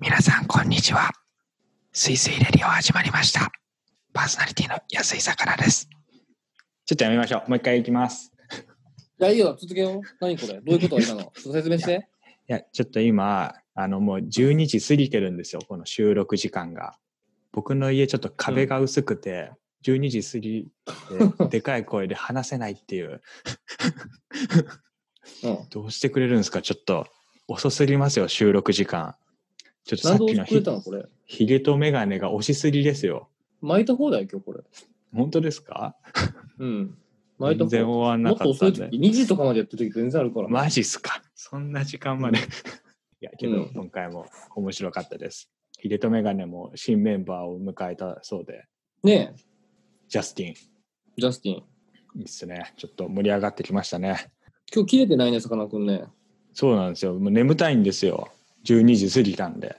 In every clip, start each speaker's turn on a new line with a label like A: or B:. A: 皆さん、こんにちは。すいすいレディオ始まりました。パーソナリティの安井さかなです。
B: ちょっとやめましょう。もう一回いきます。
C: いや、いいよ、続けよう。何これどういうこと今の。ちょっと説明して。
B: いや、ちょっと今、あの、もう12時過ぎてるんですよ。この収録時間が。僕の家、ちょっと壁が薄くて、12時過ぎて、でかい声で話せないって いう。
C: うん。
B: どうしてくれるんですかちょっと、遅すぎますよ、収録時間。ちょっとさ
C: 何
B: っ
C: 度
B: き
C: 押
B: の
C: してく
B: ひ
C: れたのこれ。
B: ひげとメガネが押しすぎですよ。
C: 巻いた方だよ、今日これ。
B: 本当ですか
C: うん。巻いた
B: 全然
C: 方。
B: 終わん
C: も
B: な
C: っ
B: か
C: と
B: った
C: 遅
B: ん
C: い時、
B: で。
C: 2時とかまでやってる時全然あるから。
B: マジっすか。そんな時間まで。
C: う
B: いや、けど、
C: うん
B: 今回も面白かったです。ヒデとメガネも新メンバーを迎えたそうで、
C: ね
B: ジャスティン、
C: え、ジャスティン。
B: いいっすね。ちょっと盛り上がってきましたね。
C: 今日切れてないね、さかなクンね。
B: そうなんですよ。もう眠たいんですよ。12時過ぎたんで。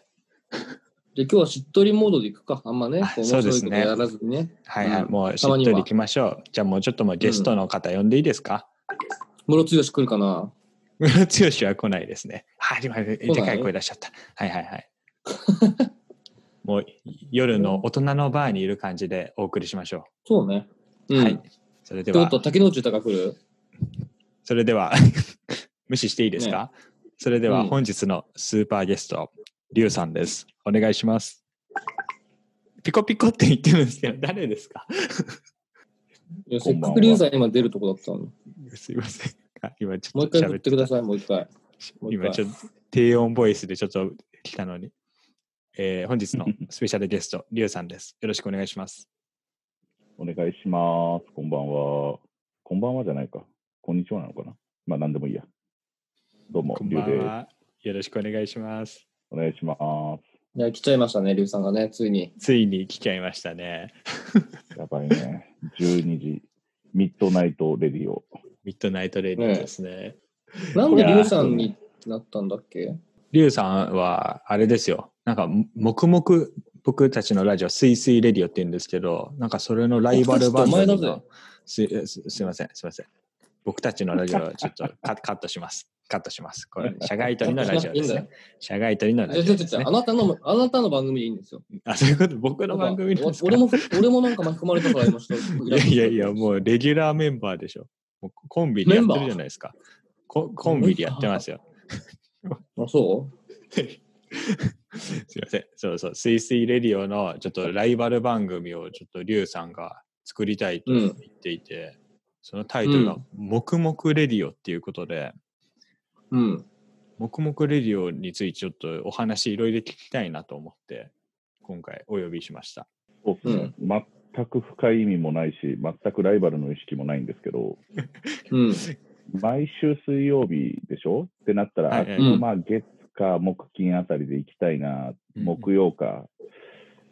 C: で、今日はしっとりモードでいくか。あんまね、
B: あ
C: こう
B: そ
C: 面
B: うで
C: 白い
B: す
C: こ
B: ね
C: とやらずにね。
B: はいはい。
C: うん
B: もうした
C: ま
B: っ
C: に
B: と
C: は
B: りいきましょう。じゃあもうちょっともうゲストの方呼んでいいですか、
C: ムロツヨシ来るかな。
B: ムロツヨシは来ないですね。あ、今、で
C: の
B: かい声出しちゃった。はいはい はい。もう夜の大人のバーにいる感じでお送りしましょ
C: そうね。
B: う。
C: うん。
B: は
C: っ
B: い
C: て。
B: それで
C: こ
B: は
C: と、、竹野内豊来る
B: それでは、 無視していいですか、それでは
C: うん
B: 本日のスーパーゲスト、リュウさんです。お願いします。ピコピコって言ってるんですけど、誰ですか
C: いや、
B: こ
C: せ
B: ん
C: っ
B: ばんは
C: かくリュウさん今出るとこだったのに。
B: すいません。あ今ちょ
C: もう
B: っ
C: 一
B: と
C: 回
B: 喋
C: 振ってください、もう一回。もう一回
B: 今ちょっと低音ボイスでちょっと来たのに。えー本日のスペシャルゲスト、リュウさんです。よろしくお願いします。
D: お願いします。こんばんは。こんばんはじゃないか。こんにちはなのかな。まあ、なんでもいいや。どうも、
B: こん
D: りゅ
B: ば
D: うんです。
B: は。よろしくお願いします。
D: お願いします。
C: いや、来ちゃいましたね、リュウさんがね、ついに。
B: ついに来ちゃいましたね。
D: やばいね。12時、ミッドナイトレディオ。
B: ミッドナイトレディオですね。
C: なんでリュウさんになったんだっけ
B: リュウさんは、あれですよ。なんか、黙々、僕たちのラジオ、スイスイレディオって言うんですけど、なんかそれのライバル番組
C: 僕たちとお前だ
B: のすえすすいません、すいません。僕たちのラジオ はちょっとカカットします。カットします。これ、社外取りのラジオです
C: いいん
B: ね。社外取りの
C: だよ。
B: ラ
C: じ
B: ジオで
C: ゃじゃ
B: す、
C: じゃ
B: ね
C: あ。なたの、あなたの番組でいいんですよ。
B: あ、そういうこと、僕の
C: な
B: 番
C: んか
B: 組なんです
C: お
B: か
C: 俺も、俺もなんか巻き込まれたから今、ちょっ と。
B: いやいやいや、もうレギュラーメンバーでしょ。もうコンビでやってるじゃないですか。ココンビでやってますよ。
C: う。あ、そう
B: すいません。そうそう。スイスイレディオのちょっとライバル番組をちょっとリュウさんが作りたいと言っていて、そのタイトルが
C: う
B: 「黙々レディオ」っていうことで、
C: うん。
B: 黙々レディオについてちょっとお話いろいろ聞きたいなと思って、今回お呼びしました。
D: そうですね。全く深い意味もないし、全くライバルの意識もないんですけど、
C: うん。
D: 毎週水曜日でしょってなったら、
B: はいはい
D: あのまあ、月か木金あたりで行きたいな、木曜か、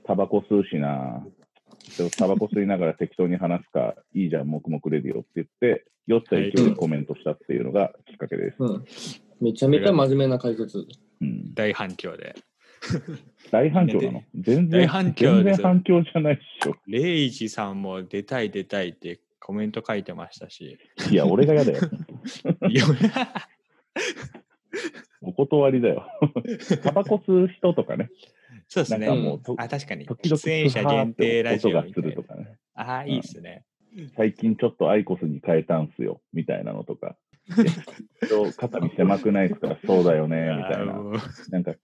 D: タバコ吸うしな、でもタバコ吸いながら適当に話すか、いいじゃん、黙々レディオって言って、酔った勢いでコメントしたっていうのがきっかけです。
C: うん。めちゃめちゃ真面目な解説。
D: うん、
B: 大反響で。
D: 大反響なの全然
B: 大反響
D: 全
B: で
D: 然
B: す
D: 反響じゃないっしょ。
B: レイジさんも出たい出たいってコメント書いてました し。
D: いや、俺が 嫌だよ。
B: いや
D: お断りだよ。タバコ吸う人とかね、
B: そうですね。
D: なんかもうと
B: あ、確かに。
D: 時々
B: 出演者限定ラジ
D: ふは
B: オ
D: ーっ
B: み
D: て
B: た
D: 音
B: い
D: がする
B: な
D: と。かね。
B: ああ、いいですね。
D: 最近ちょっとアイコスに変えたんすよ、みたいなのとか。いや肩身狭くないですから、そうだよね、みたい
B: あー
D: な。
B: もう
D: なんか、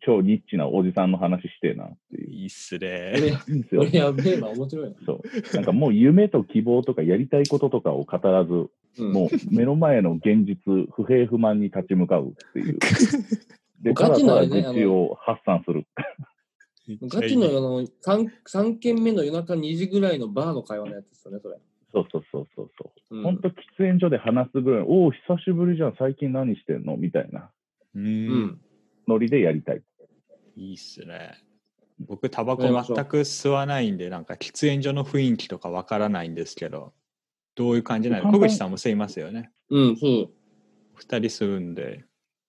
D: 超ニッチなおじさんの話してえなって いう。
B: いいっすね。
C: 俺、
D: いいんですよ
C: 俺。やべえな、面白いな。
D: そう。なんかもう夢と希望とかやりたいこととかを語らず、
C: うん。
D: もう目の前の現実、不平不満に立ち向かうっ ていう。で、た
C: ガ
D: だ
C: チな
D: ただ
C: ね
D: 愚痴を発散する。
C: ガチのあの 3, 三軒目の夜中2時ぐらいのバーの会話のやつですよね、それ。
D: そうそうそうそうそうう。
C: ん
D: 本当喫煙所で話すぐらい、おお、久しぶりじゃん、最近何してんのみたいな
B: う。
C: うんん。
D: ノリでやりたい。
B: いいっすね。僕、タバコ全く吸わないんで、なんか喫煙所の雰囲気とかわからないんですけど、どういう感じなの
D: 看
B: 小
D: 板
B: 口さんも吸いますよね。
C: うん、そう。
B: 二人吸うんで、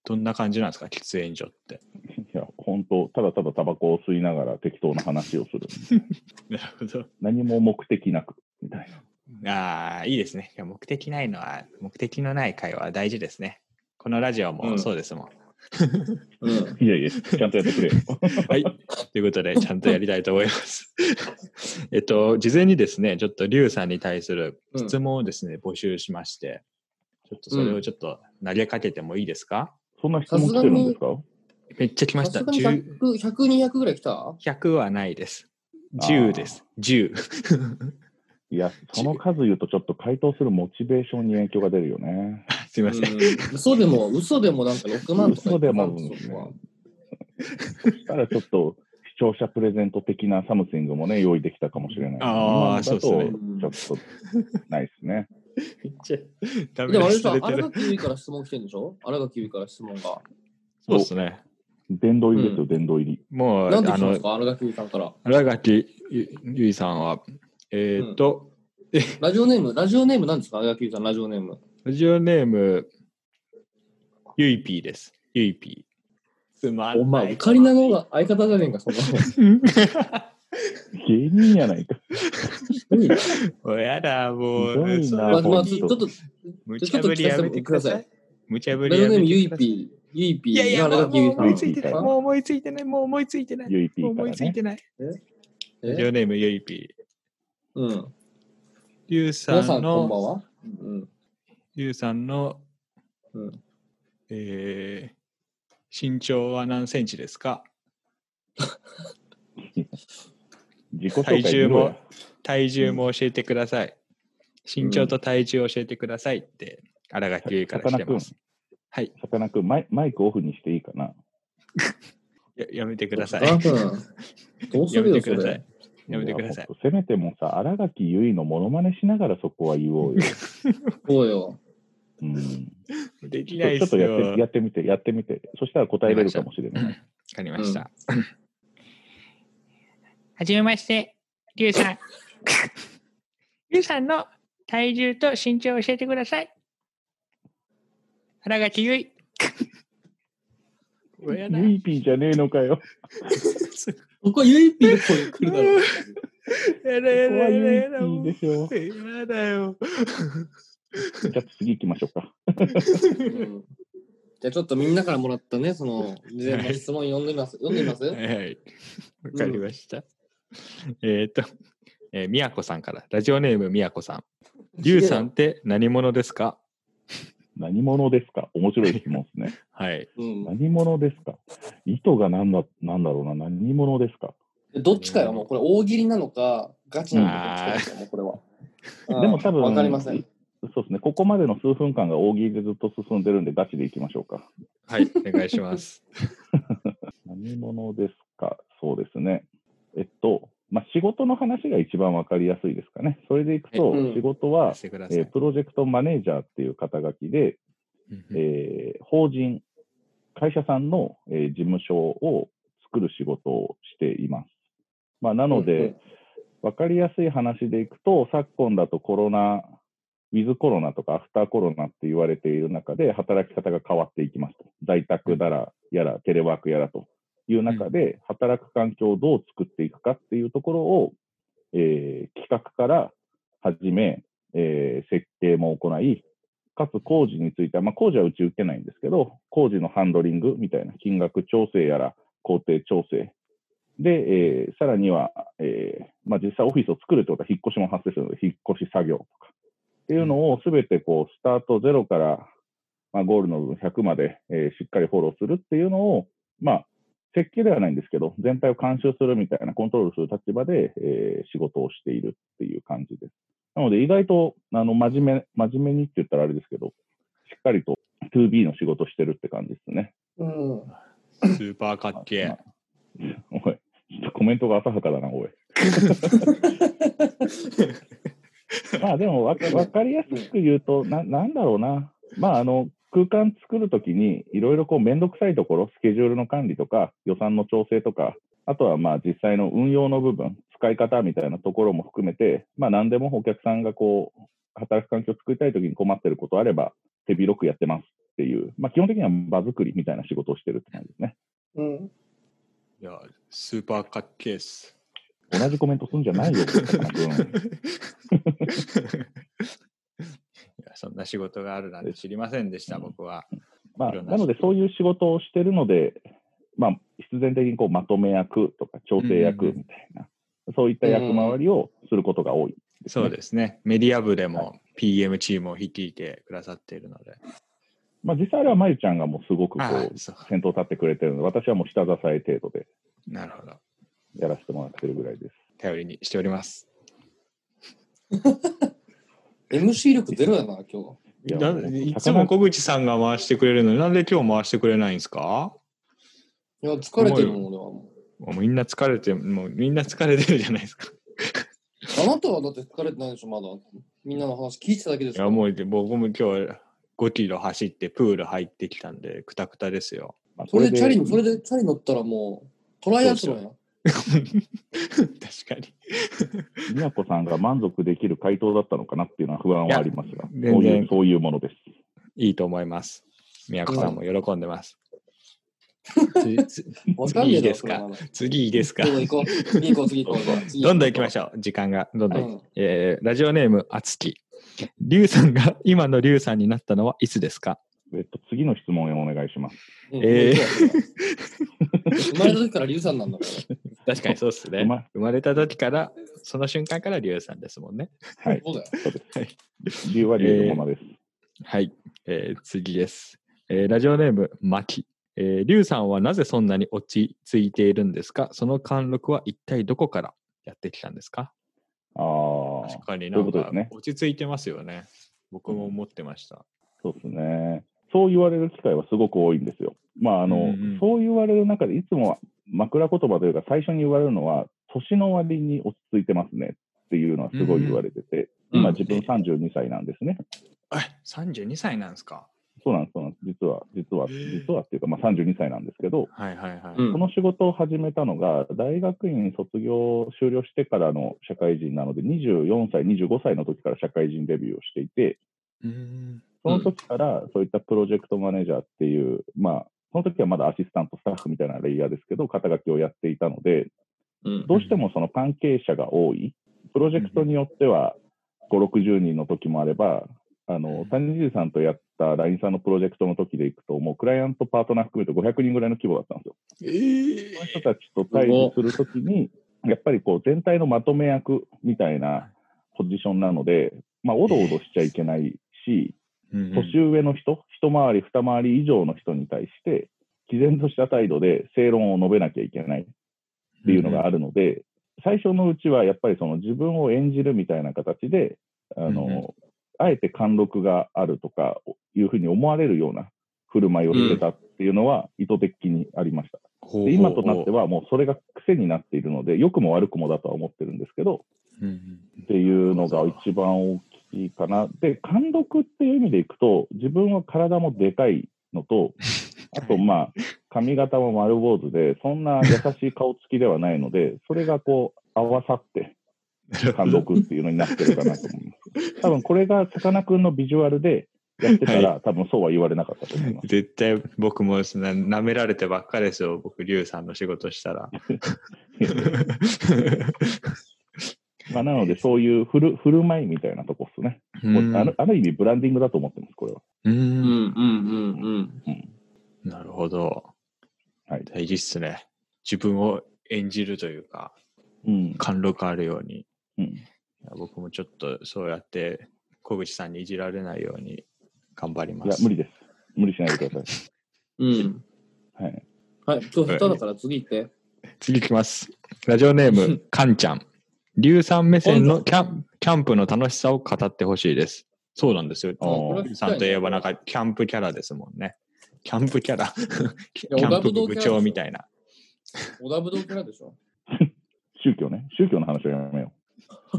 B: どんな感じなんですか、喫煙所って。
D: いや、本当ただただタバコを吸いながら適当な話をする。
B: なるほど。
D: 何も目的なく、みたいな。
B: ああ、いいですね。いや目的ないのは、目的のない会話は大事ですね。このラジオ
C: う
B: も
C: ん
B: そうですもん。
C: うん。
D: いやいや、ちゃんとやってくれよ。
B: はい。ということで、ちゃんとやりたいと思います。 えっと、事前にですね、ちょっとリュウさんに対する質問をですね、募集しまして、ちょっとそれをちょっと投げかけてもいいですか、
D: そんな質問来てるんですか
B: めっちゃ来ました。
C: さすがに
B: 10
C: 100、200ぐらい来た
B: 100はないです。10です。10。
D: いや、その数言うと、ちょっと回答するモチベーションに影響が出るよね。
B: すいません。
C: うん嘘でも、嘘でもなんか6万とか
D: 嘘で
C: 1
D: も
C: 万とか。
D: そしたらちょっと、視聴者プレゼント的なサムシングもね、用意できたかもしれない。
B: あー
D: 今のだ
B: そう
D: と
B: です
D: ちょっと、ないですね。
B: めっちゃダメ
C: でもあ
B: 出
C: れ
B: し
C: さ、
B: され
C: 荒
B: てる
C: 垣。結衣から質問来てるんでしょ荒垣結衣から質問が。
B: そうですね。
D: 殿堂入りです
C: う
D: よ、殿堂入り。
B: もう、
C: なんで
B: あ
C: 来たんで
B: の
C: す、か荒垣結衣さんから。
B: 新垣ゆゆいさんは、えーっと、
C: ラジオネーム、ラジオネームなんですか荒垣結衣さん、ラジオネーム。
B: ラジオネーム、ゆいぴーです。ゆいぴー。つまんない
C: お前、オカリナの方が相方じゃねえ か、そんなの。ひ
D: 芸人やないか。
C: どいな
B: もうやだ、も。
D: ひどいうな
B: そん
C: ま
B: な
C: あまあ、ちょっと、
B: 無
C: ちょ
B: 茶
C: っと
B: ぶりやめてくださ
C: 聞か
B: い。無茶ぶり
C: ラジ
B: や
C: オネーム、
B: めて
C: ゆい
B: ください。
C: ぴー。ゆいぴー。
B: いやいや、
C: 荒
B: もう
C: 垣結
B: もう思い
C: 衣
B: つ
C: さ
B: いてない。
C: ん。
B: もう思いついてない。もう思いついてない。
D: ゆいぴ
B: もう
D: ーか
B: 思
D: ら
B: いつい
D: ね。
B: てない。ラジ
C: え
B: オネーム、ゆいぴー。
C: うん。
B: ゆうさ
C: 皆さ
B: ん
C: ん、こんば
B: の、
C: んは。うん。
B: ゆうさんの、
C: うん。
B: えー、身長は何センチですか
D: 自己紹介
B: 体重
D: 見ろや
B: も。、体重も教えてください。身長と体重を教えてくださいって、荒垣結衣から来てます。はい
D: さかなクンマイ、マイクオフにしていいかな。
B: や、やめてください。
C: あうんどうす
B: や
C: る
B: め
C: よ、
B: て
C: そ
B: ください
C: れ。。
B: やめてください
D: や。もっとせめてもさ、新垣結衣のモノマネしながらそこは言おうよ。
C: そうよ。
D: うん、
B: でき
D: ち
B: な
D: ょ
B: い
D: ち
B: です
D: ょっとやって
B: よ。
D: や
B: わ
D: ってみて、やってみて。そしたら答えれるかもしれない。
B: かりました。
A: はじめまして、リュウさん。リュウさんの体重と身長を教えてください。腹がきゆい。
B: 親だ
D: ユイピーじゃねえのかよ。
C: ここ、ゆいぴーの声来るだろう。
B: やだや
D: そこ
B: だ
D: はユイ
B: やだや
D: ピ
B: だ。
D: ーでしょ。
B: やだよ。
D: じゃあ次行きましょうか。
C: うんじゃあちょっとみんなからもらったね、その、事前の質問読んでみます。読んでみます
B: はいはい。わかりました。えーっと、えー、みやこさんから。ラジオネームみやこさん。りゅうさんっ。て何者ですか
D: 何者ですか面白い質問ですね。
B: はい。
C: うん。
D: 何者ですか意図が何だなんだろうな。何者ですか
C: どっちかよ、もうこれ大喜利なのか、ガチなのか、どっちかですよ、もうこれは。
D: でも多分、
C: わかりません。
D: そうですね。ここまでの数分間が大喜利でずっと進んでるんで、ガチでいきましょうか。
B: はい。お願いし ます。
D: 何者ですかそうですね。えっと、まあ、仕事の話が一番わかりやすいですかね。それでいくと、
C: えうん
D: 仕事は
B: し、てくださ
D: え
B: い。
D: ープロジェクトマネージャーっていう肩書きで、
B: うん
D: えー法人、会社さんの、えー事務所を作る仕事をしています。まあ、なの
C: うんう
D: で
C: ん、
D: わかりやすい話でいくと、昨今だとコロナ、ウィズコロナとかアフターコロナって言われている中で、働き方が変わっていきますと。在宅だら、やら、テレワークやらという中で、働く環境をどう作っていくかっていうところを、えー企画から始め、えー設計も行い、かつ工事については、まあ、工事はうち受けないんですけど、工事のハンドリングみたいな金額調整やら工程調整。で、えーさらには、えーまあ、実際オフィスを作るってことは引っ越しも発生するので、引っ越し作業とか。っていうのをすべてこう、スタートゼロから、まあ、ゴールの部分100まで、えーしっかりフォローするっていうのを、まあ、設計ではないんですけど、全体を監修するみたいな、コントロールする立場で、えー仕事をしているっていう感じです。なので、意外と、あの、真面目、真面目にって言ったらあれですけど、しっかりと 2B の仕事してるって感じですね。
C: うん。
B: スーパーかっけえ。
D: おい、ちょっとコメントが浅はかだな、 おい。まあでもわか、わかりやすく言うと、ななんだろうな。まあ、あの、空間作るときに、いろいろこう、めんどくさいところ、スケジュールの管理とか、予算の調整とか、あとはまあ、実際の運用の部分、使い方みたいなところも含めて、まあ、何でもお客さんがこう、働く環境を作りたいときに困ってることあれば、手広くやってますっていう、まあ、基本的には場作りみたいな仕事をしてるって感じですね。
C: うん。
B: いや、スーパーかっけえっす。
D: 同じコメントすんじゃないよ、さかなクン
B: いやそんな仕事があるなんて知りませんでした、僕は。
D: まあ、
B: いろんな
D: なのでそういう仕事をしてるので、まあ、必然的にこうまとめ役とか調整役みたいな、そういった役回りをすることが多い。
B: そうですね。メディア部でも PM チームを率いてくださっているので。
D: まあ、実際あれはまゆちゃんがもうすごくこ
B: あ
D: う
B: あ、そう
D: 先頭立ってくれてるので、私はもう下支え程度で
B: なるほど。
D: やらせてもらってるぐらいです。
B: 頼りにしております。
C: MC 力ゼロやな、今日。
D: いや
B: な
D: もうん
B: いつも小口さんが回してくれるのになんで今日回してくれないんですか
C: いや、疲れてる
B: す
C: もん、俺はも
B: もうみんな疲れて、もうみんな疲れてるじゃないですか。
C: う。あなたはだって疲れてないでしょ、まだ。みんなの話聞いてただけ で
B: い
C: し
B: や、
C: ょ。
B: もう僕も今日5キロ走ってプール入ってきたんで、くたくたですよ。
D: まあ
C: それでチャリ、
D: こ
C: それでチャリ乗ったらもう、トライアスロンや。
B: 確かに。
D: 美奈子さんが満足できる回答だったのかなっていうのは不安はありますが、
B: いや
D: そ
B: 全
D: うい
B: 然
D: うそういうものです。
B: いいと思います。宮子さんも喜んでます。 つ
C: わかんねえ
B: いいで
C: だ
B: す
C: ろ、
B: か
C: そんなの
B: 次いいですか
C: どんどん行こう。次行こう、次行こう。次
B: どんどん行きま
C: し
B: しょう。時間がどんどん
C: う。ん
B: えーラジオネーム、あつき。りゅうさんが今のりゅうさんになったのはいつですか
D: えっと、次の質問をお願いします。
C: うん
B: え
C: 生まれた時からリュウさんなんだから。
B: 確かにそうです
D: うまい
B: 生まれた時から、その瞬間からりゅうさんですもんね。
D: はい、
C: そうだよ。
D: そうです。理由は理由のままです。
B: はい。えー次です。えーラジオネーム、まき。えー、りゅうさんはなぜそんなに落ち着いているんですかその貫禄は一体どこからやってきたんですか
D: ああ
B: 確、かに
D: そ
B: な
D: ういうんことで
B: か
D: すね
B: 落ち着いてますよね。僕も思ってました。
D: そうですね。そう言われる機会はすごく多いんですよ。まあ、あの、
B: うんうん
D: そう言われる中で、いつも枕言葉というか、最初に言われるのは、年の割に落ち着いてますねっていうのはすごい言われてて、
B: うん
D: 今、
B: うん
D: 自分32歳なんですね。
B: え、32歳なんですか
D: そうなんです、そうなんです。実は、実は、
B: へー
D: 実はっていうか、まあ、32歳なんですけど、
B: はいはいはい。
C: うん
D: この仕事を始めたのが、大学院卒業、終了してからの社会人なので、24歳、25歳の時から社会人デビューをしていて、
B: うーん
D: その時からそういったプロジェクトマネージャーっていう、まあ、その時はまだアシスタントスタッフみたいなレイヤーですけど、肩書きをやっていたので、
C: うん。
D: どうしてもその関係者が多い、プロジェクトによっては5、60人の時もあれば、あの、谷地さんとやった LINE さんのプロジェクトの時でいくと、もうクライアントパートナー含めて500人ぐらいの規模だったんですよ。
B: えー
D: そういう人たちと対峙するときに、やっぱりこう全体のまとめ役みたいなポジションなので、まあ、おどおどしちゃいけないし、
B: うんうん
D: 年上の人、一回り、二回り以上の人に対して、毅然とした態度で正論を述べなきゃいけないっていうのがあるので、最初のうちはやっぱりその自分を演じるみたいな形で、あの
B: うんうん
D: あえて貫禄があるとかいうふうに思われるような振る舞いをしてたっていうのは意図的にありました。
B: ほうほうほう
D: で今となってはもうそれが癖になっているので良くも悪くもだとは思ってるんですけど
B: うんうん
D: っていうのが一番大きいかなで貫禄っていう意味でいくと自分は体もでかいの とあとまあ髪型も丸坊主でそんな優しい顔つきではないのでそれがこう合わさって貫禄っていうのになってるかなと思い ます多分これがさかなクンのビジュアルでやってたら、多分そうは言われなかったと思います
B: 絶対僕もそんな舐められてばっかりですよ、僕、リュウさんの仕事した ら。
D: まあなのでそういう振る振る舞いみたいなとこっすね
B: うん
D: もうあるある意味ブランディングだと思ってます、これは。
B: う
C: うん
B: ん
C: うんうん
B: なるほど。
D: はい
B: 大事っすね。自分を演じるというか、
D: うん
B: 貫禄あるように。
D: うん、
B: いや僕もちょっとそうやって、小口さんにいじられないように頑張り
D: い
B: ま
D: や、
B: す。
D: 無理です。無理しないでくださ
C: うん。うん。
D: い。はい、
C: はい、今日下手だから次行って。
B: 次行きます。ラジオネー ム、かんちゃん。リュウさん目線のキャンキャンプの楽しさを語ってほしいです。そうなんですよ。
D: あー
C: これは聞きた
B: さんといえばなん
C: い
B: かキャンプキャラですもんね。キャンプキ ャラ。キ
C: や
B: ャンプ
C: 小田武道
B: 部
C: キャラですよ
B: 長みたいな。
C: な。小田武道キャラでしょ。
D: 宗教ね、宗教の話はやめよ う。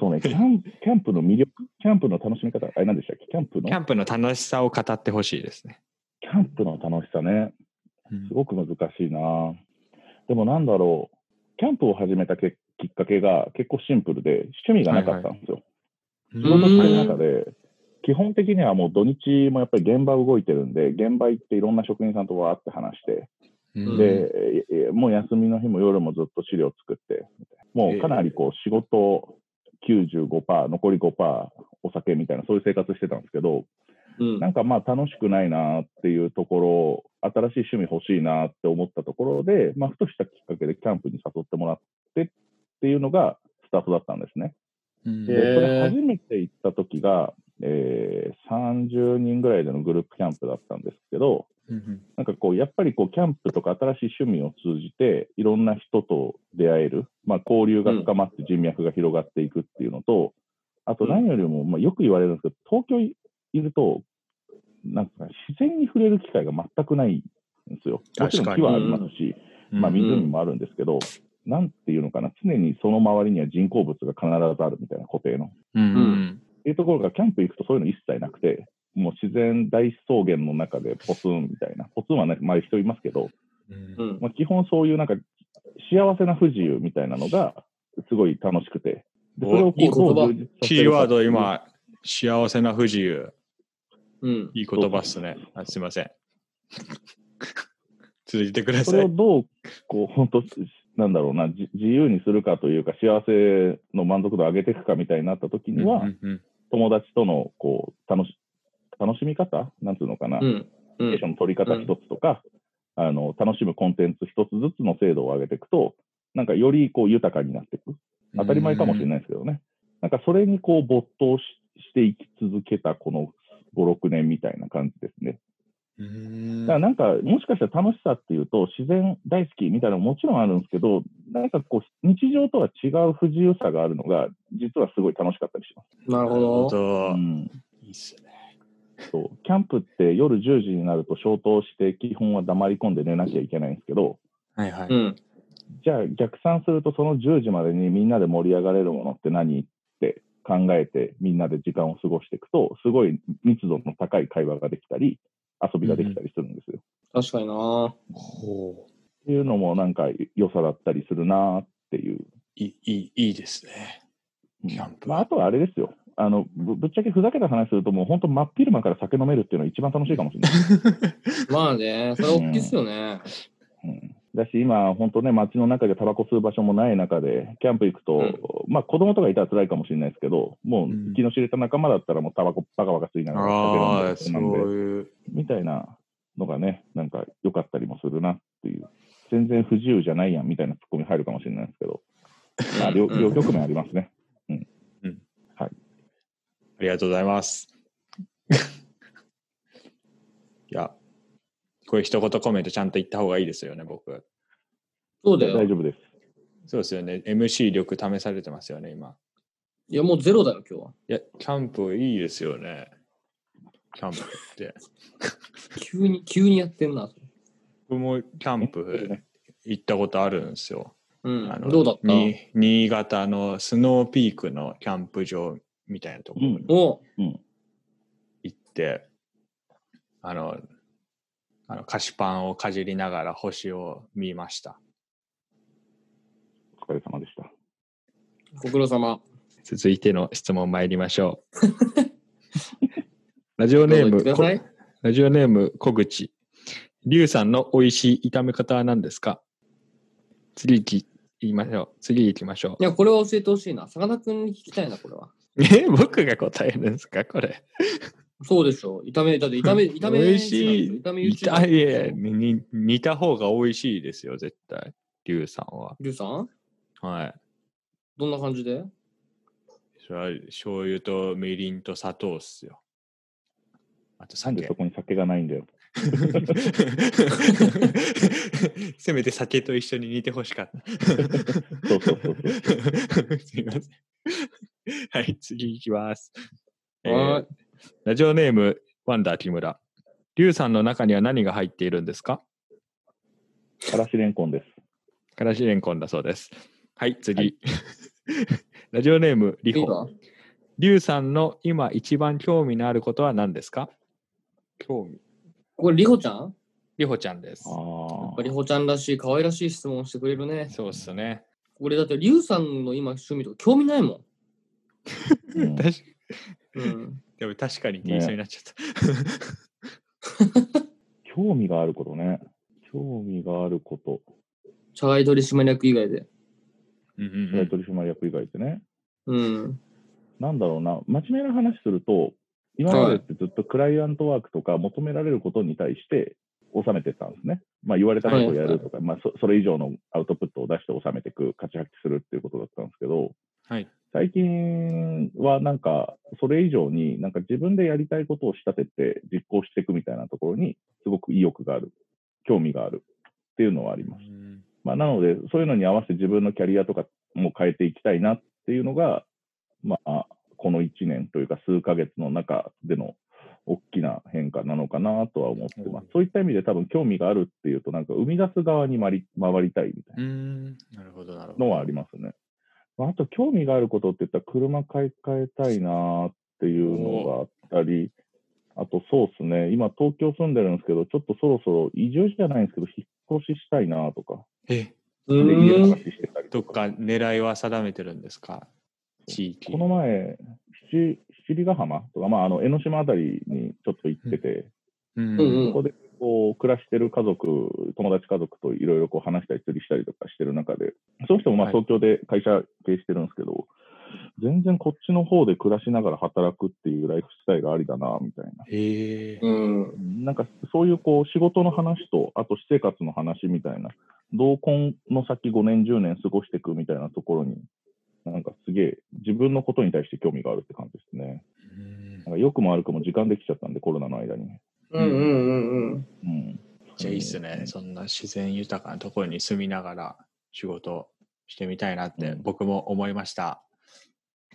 D: そうねキャン、キャンプの魅力、キャンプの楽しみ方、あれなんでしたっけキャンプの
B: キャンプの楽しさを語ってほしいですね。
D: キャンプの楽しさね、
B: うん
D: すごく難しいな。でもなんだろう、キャンプを始めたけきっかけが結構シンプルで、趣味がなかったんですよ。仕事してる中で、基本的にはもう土日もやっぱり現場動いてるんで、現場行っていろんな職人さんとわーって話して、
B: うん
D: で、ええもう休みの日も夜もずっと資料作って、もうかなりこう仕事95%、残り5%お酒みたいな、そういう生活してたんですけど、
C: うん
D: なんかまあ楽しくないなっていうところ、新しい趣味欲しいなって思ったところで、まあ、ふとしたきっかけでキャンプに誘ってもらってっていうのがスタートだったんですね。
B: うん
C: へー
D: で、これ初めて行った時が、えー30人ぐらいでのグループキャンプだったんですけど、
B: うん
D: なんかこう、やっぱりこう、キャンプとか新しい趣味を通じて、いろんな人と出会える、まあ、交流が深まって人脈が広がっていくっていうのと、あと何よりも、まあ、よく言われるんですけど、東京いいると、なんか自然に触れる機会が全くないんですよ。もちろん木はありますし、
B: うん
D: まあ、
C: み
D: 湖もあるんですけど、なんていうのかな、常にその周りには人工物が必ずあるみたいな固定の。
B: うん
D: っていうところがキャンプ行くとそういうの一切なくて、もう自然大草原の中でポツンみたいな、ポツンはね、まあ人いますけど、
B: うん
C: うん
D: まあ、基本そういうなんか幸せな不自由みたいなのがすごい楽しくて、でそれを
C: おいい言
D: こ
C: 葉
D: うどう充実させるか
B: キーワード、今、幸せな不自由。
C: うん
B: いい言葉っすね。あすいません。 続いてくだ
D: そ
B: さ
D: れを
B: い。
D: どう、こう、本当、なんだろうな、じ自由にするかというか、幸せの満足度を上げていくかみたいになった時には、
B: うんうん
D: 友達とのこう楽し楽しみ方なんつうのかな、
C: うんう
D: コミュニケー
C: ん
D: ションの取り方一つとか、あの楽しむコンテンツ一つずつの精度を上げていくと、なんかよりこう豊かになっていく、
B: うん
D: 当たり前かもしれないですけどね、なんかそれにこう没頭ししていき続けたこの5、6年みたいな感じですね。
B: うん
D: だからなんか、もしかしたら楽しさっていうと、自然大好きみたいなのももちろんあるんですけど、なんかこう、日常とは違う不自由さがあるのが、実はすごい楽しかったりします。
C: なる
B: なる
C: ほ
B: ほ
C: ど。
B: ど
D: う。ん
B: いいっすね。
D: そうキャンプって夜10時になると消灯して基本は黙り込んで寝なきゃいけないんですけど
B: はいはい。
C: うん
D: じゃあ逆算するとその10時までにみんなで盛り上がれるものって何って考えてみんなで時間を過ごしていくとすごい密度の高い会話ができたり遊びができたりするんですよ。
C: 確かにな。
B: ほう
D: っていうのもなんか良さだったりするなっていう。
B: いいいいいいですね。キャンプ
D: まあ、あとはあれですよあのぶぶっちゃけふざけた話するともう本当真っ昼間から酒飲めるっていうのが一番楽しいかもしれない。
C: まあね、それ大きいっすよね。
D: うんだし今、本当ね、街の中でタバコ吸う場所もない中で、キャンプ行くと、
C: うん
D: まあ子供とかいたら辛いかもしれないですけど、も
B: うん
D: う気の知れた仲間だったら、もうタバコバカバカ吸いながら
B: ああ、
D: 酒
B: そ
D: 飲んで、
B: う
D: なんで
B: いう。
D: みたいなのがね、なんか良かったりもするなっていう、全然不自由じゃないやんみたいなツッコミ入るかもしれないですけど、まあ、両
C: うん
D: 両局面ありますね。
B: ありがとうございます。いや、こういう一言コメントちゃんと言った方がいいですよね、僕。
C: そうだ
D: 大
C: よ。
D: 丈夫です。
B: そうですよね。MC 力試されてますよね、今。
C: いや、もうゼロだよ、今日は。
B: いや、キャンプいいですよね。キャンプって。
C: 急に、急にやってんな。
B: 僕もキャンプ行ったことあるんですよ。
C: うん
B: あ。の
C: どうだった
B: に新潟のスノーピークのキャンプ場みたいなところに
C: おう
D: うん
B: 行って、あの、あの菓子パンをかじりながら星を見ました。
D: お疲れ様でした。
C: ご苦労様。
B: 続いての質問参りましょ う。ラジオ
C: どう
B: ネ
C: ぞ
B: ー
C: 言って
B: ム
C: ください。
B: ラジオネーム小口。リュウさんの美味しい炒め方は何ですか次行き、言いましょう。次行きましょ
C: いや、これは教えてほしいな。さかなクンに聞きたいな、これは。
B: う。 え、僕が答えるんですかこれ。
C: そうでしょう。炒め、だって炒め、炒め、
B: 美味しい
C: 炒め
B: い
C: YouTube
B: たいやにに煮た方が美味しいですよ、絶対。リュウさんは。
C: リュウさん
B: はい。
C: どんな感じで
B: それは醤油とみりんと砂糖っすよ。あと
D: なんで
B: 酒
D: そ。こに酒がないんだよ。
B: せめて酒と一緒に煮てほしかった。
D: そうそうそうそう。
B: すいません。はい、次行きます。えー
C: はい
B: ラジオネーム、ワンダー木村。リュウさんの中には何が入っているんですか
D: からしれんこんです。
B: からしれんこんだそうです。はい、次。 ラジオネーム、リ
C: いい
B: ホ。
C: か
B: リュウさんの今一番興味のあることは何ですか興味。
C: これ、リホちゃん
B: リホちゃんです
D: あ。
C: やっ
D: ー
C: ぱリホちゃんらしい、可愛らしい質問してくれるね。
B: そうっすね。
C: 俺、だってリュウさんの今趣味とか興味ないも
D: うん
B: 確か
C: ん。うん。
B: でも確かに T
D: ね
B: シャツになっちゃった。
D: 興味があることね。興味があること。
C: 社外取締役以外で。
B: うんうんうん
D: 取締役以外でね。
C: うん。
D: なんだろうな、真面目な話すると、今までってずっとクライアントワークとか求められることに対して収めてたんですね。まあ、言われたことをやるとか、まあそ、それ以上のアウトプットを出して収めていく、価値発揮するっていうことだったんですけど、
B: はい。
D: 最近はなんか、それ以上に、なんか自分でやりたいことを仕立てて実行していくみたいなところに、すごく意欲がある、興味があるっていうのはあります。まあ、なので、そういうのに合わせて自分のキャリアとかも変えていきたいなっていうのが、まあ、この1年というか数ヶ月の中での大きな変化なのかなとは思ってます。そういった意味で多分興味があるっていうと、なんか生み出す側に回り回りたいみたい
B: うん。なるほど、なるほ
D: な
B: ど。
D: のはありますね。まああと興味があることって言ったら車買い替えたいなっていうのがあったり、あとそうですね、今東京住んでるんですけど、ちょっとそろそろ移住じゃないんですけど、引っ越ししたいなとか。
B: え、
C: う
D: で家の
C: ーん
D: 話してたり
B: ど
D: と
B: っか狙いは定めてるんですか地域。
D: この前、七七里ヶ浜とか、まあ、あの江ノ島あたりにちょっと行ってて、
B: うん
C: うんうん
D: そこでこう暮らしてる家族、友達家族といろいろこう話したり、釣りしたりとかしてる中で、その人もま
B: は
D: あ
B: い
D: 東京で会社経営してるんですけど、全然こっちの方で暮らしながら働くっていうライフスタイルがありだな、みたいな。
B: へえ。
C: うん。
D: なんかそういうこう仕事の話と、あと私生活の話みたいな、同婚の先5年、10年過ごしていくみたいなところに、なんかすげえ自分のことに対して興味があるって感じですね。
B: うん
D: なんか良くも悪くも時間できちゃったんで、コロナの間に。
C: うんうんうんうん。
D: うん。
B: じゃあいいっすね。そんな自然豊かなところに住みながら仕事してみたいなって
D: うん
B: 僕も思いました。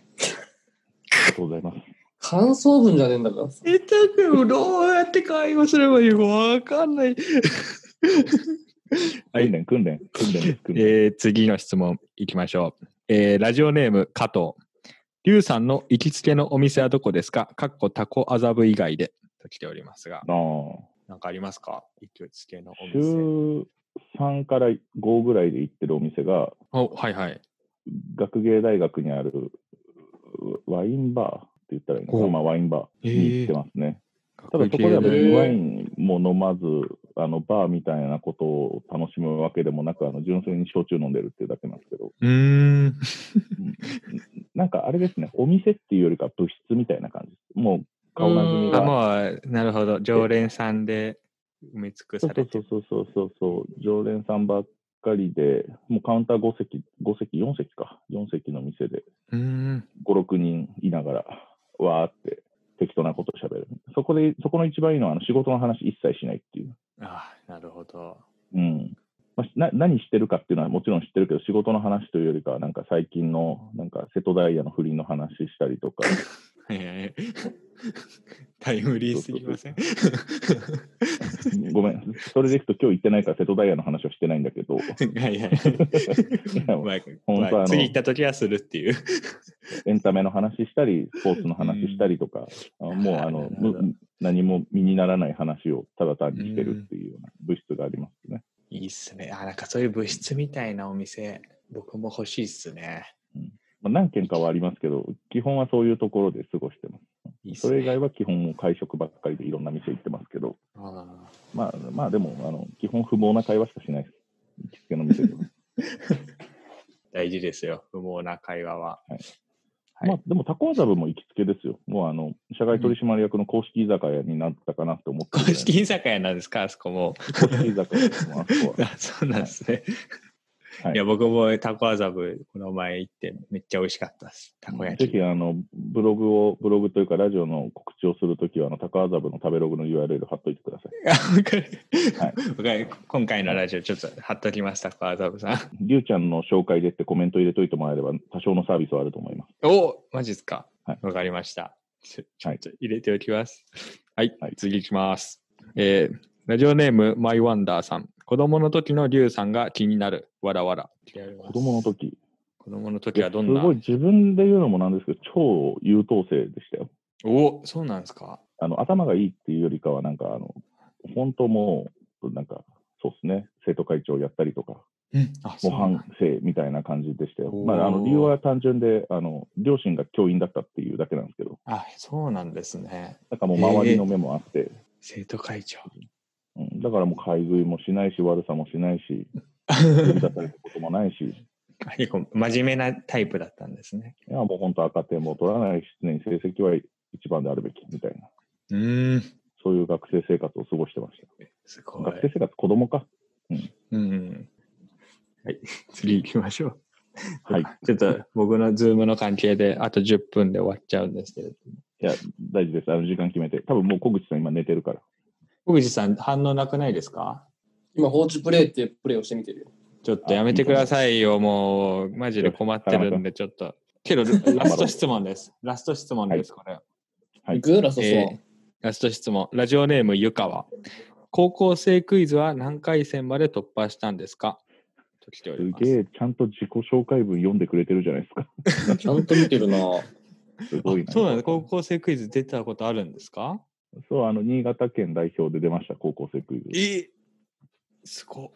D: ありがとうございます。
C: 感想文じゃねえんだから。
A: えたくん、どうやって会話すればいいかわかんない。
B: はい
D: 訓練、訓練、訓練です、訓練。
B: えー次の質問いきましょう。えーラジオネーム加藤。リュウさんの行きつけのお店はどこですかかっこタコ麻布以外でと来ておりますが、
D: なあ
B: なんかありますか行きつけのお店。
D: 週3から5ぐらいで行ってるお店が、
B: おはいはい。
D: 学芸大学にあるうワインバーって言ったらいいのかな、
B: お
D: まあ、ワインバーに行ってますね。ただそこでは別
B: へ
D: にワインも飲まず、あのバーみたいなことを楽しむわけでもなく、あの純粋に焼酎飲んでるっていうだけなんですけど、
B: うーん。
D: なんかあれですね、お店っていうよりか物質みたいな感じです。もう顔なじみ
B: あ
D: が。
B: もう、なるほど。常連さんで埋め尽く
D: そ
B: さ
D: う
B: れて
D: そ
B: る
D: う。そうそうそうそう、常連さんばっかりで、もうカウンター5席、5席、4席か、4席の店で、
B: うーん。
D: 5、6人いながら、わーって適当なこと喋る。そこで、そこの一番いいのは、あの仕事の話一切しないっていう。
B: あなるほど。
D: うんまあ、しな何してるかっていうのはもちろん知ってるけど、仕事の話というよりかは、なんか最近の、なんか瀬戸大也の不倫の話したりとか、
B: ええタイムリーすぎません
D: ごめん、それでいくと今日行ってないから瀬戸大也の話はしてないんだけ ど、
B: はいはい。まあ
D: 本当はあの
B: 次行った時はするっていう。
D: エンタメの話したり、スポーツの話したりとか、あもうあの
B: なるほど
D: む何も身にならない話をただ単にしてるっていうような物質がありますね。
B: いいっすね。あ、なんかそういう物質みたいなお店、僕も欲しいっすね。
D: まあ、何件かはありますけど、基本はそういうところで過ごしてま
B: いいっ
D: す。そ
B: す
D: れ以
B: ね。
D: 外は基本もう会食ばっかりでいろんな店行ってますけど、
B: あ
D: まあ、まあでもあの、基本不毛な会話しかしないです。行きつけの店では。
B: ー大事ですよ。不毛な会話は。はい
D: まあ、でも、タコアザブも行きつけですよ。もうあの、社外取締役の公式居酒屋になったかなって思っ
B: 公
D: てるぐらい
B: 式居酒屋なんですかあそこも。
D: 公式居酒屋ですもんあそこは。
B: あ そうなんですね。
D: はい
B: い、や、僕もタコ麻布、この前行って、めっちゃ美味しかったです。たこ焼
D: ぜひ
B: き。
D: あのブログを、ブログというか、ラジオの告知をするときは、あの高麻布の食べログの URL 貼っといてください。
B: あ わかる
D: はい
B: わかる今回のラジオ、ちょっと貼っときます、タコ麻布さん。
D: りゅうちゃんの紹介でってコメント入れといてもらえれば、多少のサービスはあると思います。
B: おマジっすか。
D: はい
B: わかりました。ちょちょ
D: は
B: っ
D: い
B: と入れておきます。はい、
D: はい
B: 次いきます。えーラジオネーム、マイワンダーさん。子供の時のリュウさんが気になる。わらわら。
D: 子供の時
B: 子供の
D: い
B: 時
D: や
B: は
D: す
B: どんな
D: ごい自分で言うのもなんですけど、超優等生でしたよ。
B: おそうなんですか。
D: あの頭がいいっていうよりかは、なんかあの、本当もう、なんか、そうですね、生徒会長やったりとか、
B: うん。あ、そ
D: 模
B: うなんだ
D: 範生みたいな感じでしたよ。
B: おー
D: まあ、あの理由は単純であの、両親が教員だったっていうだけなんですけど、
B: あ、そうなんですね。
D: なんかもう周りの目もあって、
B: 生徒会 長。
D: うん、だからもう買い食いもしないし、悪さもしないし、 呼び出されたこともないし、い
B: 結構真面目なタイプだったんですね。
D: やもう本当赤点も取らないし、常に成績はい一番であるべきみたいな、
B: うーん、
D: そういう学生生活を過ごしてました。
B: すごい
D: 学。生生活、子供か。
B: うん。はい、次行きましょう。
D: はい。い。
B: ちょっと僕のズームの関係で、あと10分で終わっちゃうんですけれども。
D: や、大事です。あの時間決めて。多分もう小口さん今寝てるから。
B: 小口さん、反応なくないですか
C: 今、放置プレイってプレイをしてみてるよ。
B: ちょっとやめてくださいよ、もう、マジで困ってるんで、ちょっと。け ど、ラスト質問です。ラスト質問です、これ。
D: は
C: 行
D: い
C: くラスト
B: えーラスト質問。ラジオネーム、ゆかは。高校生クイズは何回戦まで突破したんですかと来ておりますす。
D: げえ、ちゃんと自己紹介文読んでくれてるじゃない ですか。
C: ちゃんと見てるな。
D: すごいな。
B: そうなんです。高校生クイズ出たことあるんですか
D: そう、あの、新潟県代表で出ました、高校生クイズ。
B: えすごっ。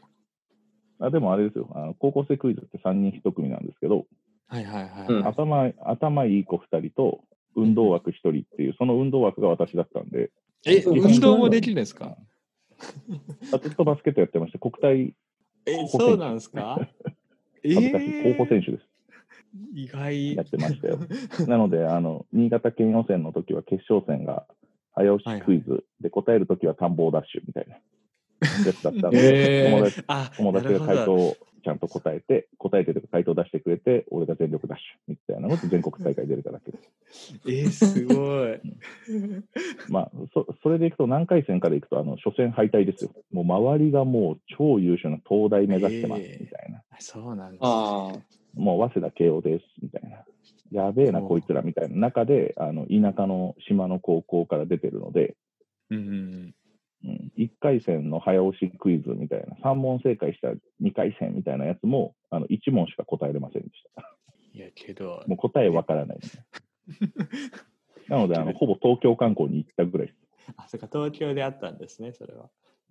D: あでもあれですよあの、高校生クイズって3人1組なんですけど、
B: はいはいはい。
C: うん
D: 頭頭いい子2人と、運動枠1人っていう、その運動枠が私だったんで、
B: え、
C: うん
B: 運動もできるんですか
D: あずっとバスケットやってまして、国体、
B: え、
D: 高校生
B: そうなんです かえ
D: 恥ずかしい、
B: ー
D: 候補選手です。
B: 意外
D: やっ。てましたよ。なので、あの、新潟県予選の時は決勝戦が、早押しクイズ、で、答える時は探訪ダッシュみたいなやつだったんで、
C: へー
D: 友達
B: あ、
D: 友達が
B: なる
D: 回
B: ほ
D: 答
B: ど
D: をちゃんと答えて、答えてとか回答出してくれて、俺が全力ダッシュみたいなのと全国大会出れただ けです。
B: えー、すごい。
D: まあ、そそれでいくと、何回戦からいくと、あの、初戦敗退ですよ。もう周りがもう超優秀な東大目指してますみ
B: へ
D: た
B: ー
D: いな。
B: そうなんですね。
C: ああ。
D: もう早稲田慶応ですみたいな。やべえな、
B: おう
D: こいつらみたいな中で、あの田舎の島の高校から出てるので、
B: うんうん
D: うん、1回戦の早押しクイズみたいな、3問正解した2回戦みたいなやつも、あの1問しか答えれませんでした。
B: いやけど、
D: もう答えわからないみたい な。なのであの、ほぼ東京観光に行ったぐらいです。
B: あ、そっか、東京であったんですね、それは。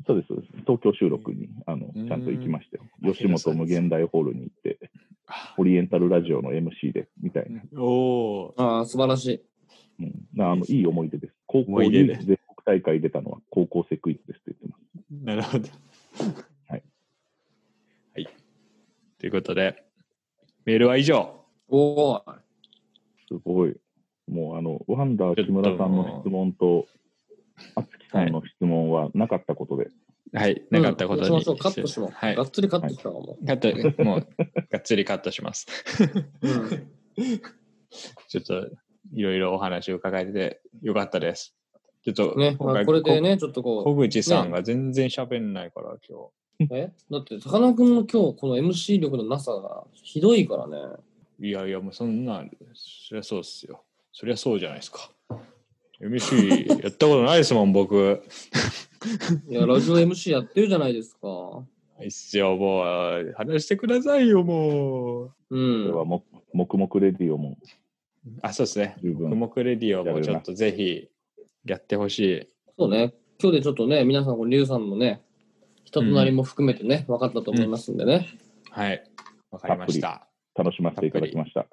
D: そうです、そうです。東京収録にあの
B: うん
D: ちゃんと行きました
B: うん
D: よ。吉本無限大ホールに行って、
B: あ
D: オリエンタルラジオの MC で、みたいな。
B: おお、
C: ああ、素晴らしい。
D: うん、なあのいい思い出です。高
B: 思
D: 校
B: い出
D: 唯一
B: で
D: 全国大会出たのは高校生クイズですって言ってます。
B: なるほ ど。
D: はい。
B: はい。ということで、メールは以上。
C: おお。
D: すごい。もうあの、ワンダー木村さんの質問と、あつきさんの質問はなかったことで、
B: はい、なかったことに。
C: うんそうしましょうカットしよう。
B: はい。
C: が
B: カ
C: っつりカットしたわも
B: ット、もう、がっつりカットします。
C: う。うん。
B: ちょっと、いろいろお話を伺えてよかったです。ちょっと、
C: ね、まあ、これでね、ちょっと
B: こ。
C: こ
B: 小口さんが全然喋んないから、今
C: う、えだって、さかなクンの今日、この MC 力のなさがひどいからね。
B: 日。いやいや、もうそんな、そりゃそうっすよ。そりゃそうじゃないですか。MC やったことないですもん、僕。
C: いや、ラジオ MC やってるじゃないですか。
B: ないっすよ、もう、話してくださいよ、もう。
C: う
D: これ
C: ん。
D: はも、黙々レディオも
B: あ、そうですね。
D: 十
B: ク
D: 分。
B: モクレディオもちょっとぜひやってほしい。
C: そうね。今日でちょっとね、皆さん、このリュウさんのね、人となりも含めてね、分かったと思いますんでね。
B: はい。わかりました。
D: 楽しませていただきました。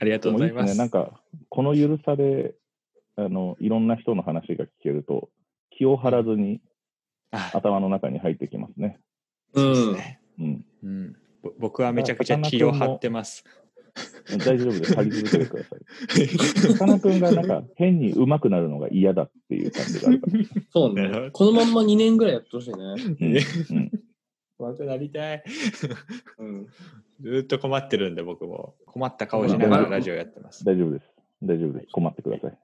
B: ありがとうございます。
D: でもいいですね。なんか、このゆるさで、あの、いろんな人の話が聞けると、気を張らずに
B: あ、
D: 頭の中に入ってきますね。
C: う
B: そうです
C: ん。
B: ね。
D: うん。
B: うん。ぼ僕はめちゃくちゃ気を張ってます。
D: 大丈夫です。張り続けてください。 さかなクンがなんか変に上手くなるのが嫌だっていう感じがあ るから。
C: そう
B: なるほど
C: ね。このまんま2年ぐらいやってほしいね。
D: うん
B: 怖くなりたい。
C: うん。
B: ずーっと困ってるんで、僕も。困った顔しながらラジオやってます。
D: 大丈夫です。大丈夫です。困ってください。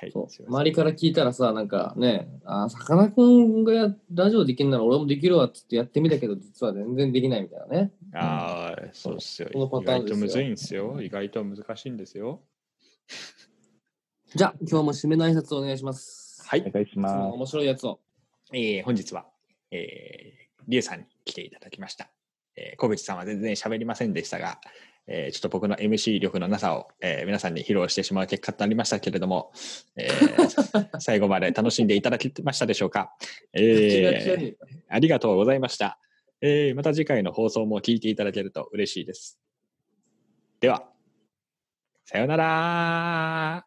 B: はい。
C: そう
B: すいません
C: 周りから聞いたらさ、なんかね、あーさかなクンがやラジオできるなら俺もできるわっつってやってみたけど、実は全然できないみたいなね。
B: ああ、そうっすよ。
C: このパ
B: 意
C: ターン
B: 外
C: です
B: とむず
C: よ
B: いんですよ。意外と難しいんですよ。
C: じゃあ、今日も締めの挨拶をお願いします。。
B: はいい
D: お。願いし
C: その
D: ます。
C: 面白いやつを。
B: えー本日は、えー、リュウさんに来ていただきました。えー小口さんは全然喋りませんでしたが、えーちょっと僕の MC 力のなさを、えー皆さんに披露してしまう結果となりましたけれども、え ー最後まで楽しんでいただけましたでしょうか、
C: チラチラ
B: えー
C: に
B: ありがとうございました、えーまた次回の放送も聞いていただけると嬉しいです。では、さようなら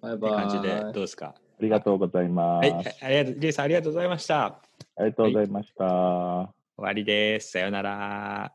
C: バイ
B: って
C: バイ。
B: 感じで、どうですか
D: ありがとうございま
B: は
D: す。
B: い、あありがとう、リュウさんありがとうございました。
D: ありがとうございました。
B: 終わりです。さようなら。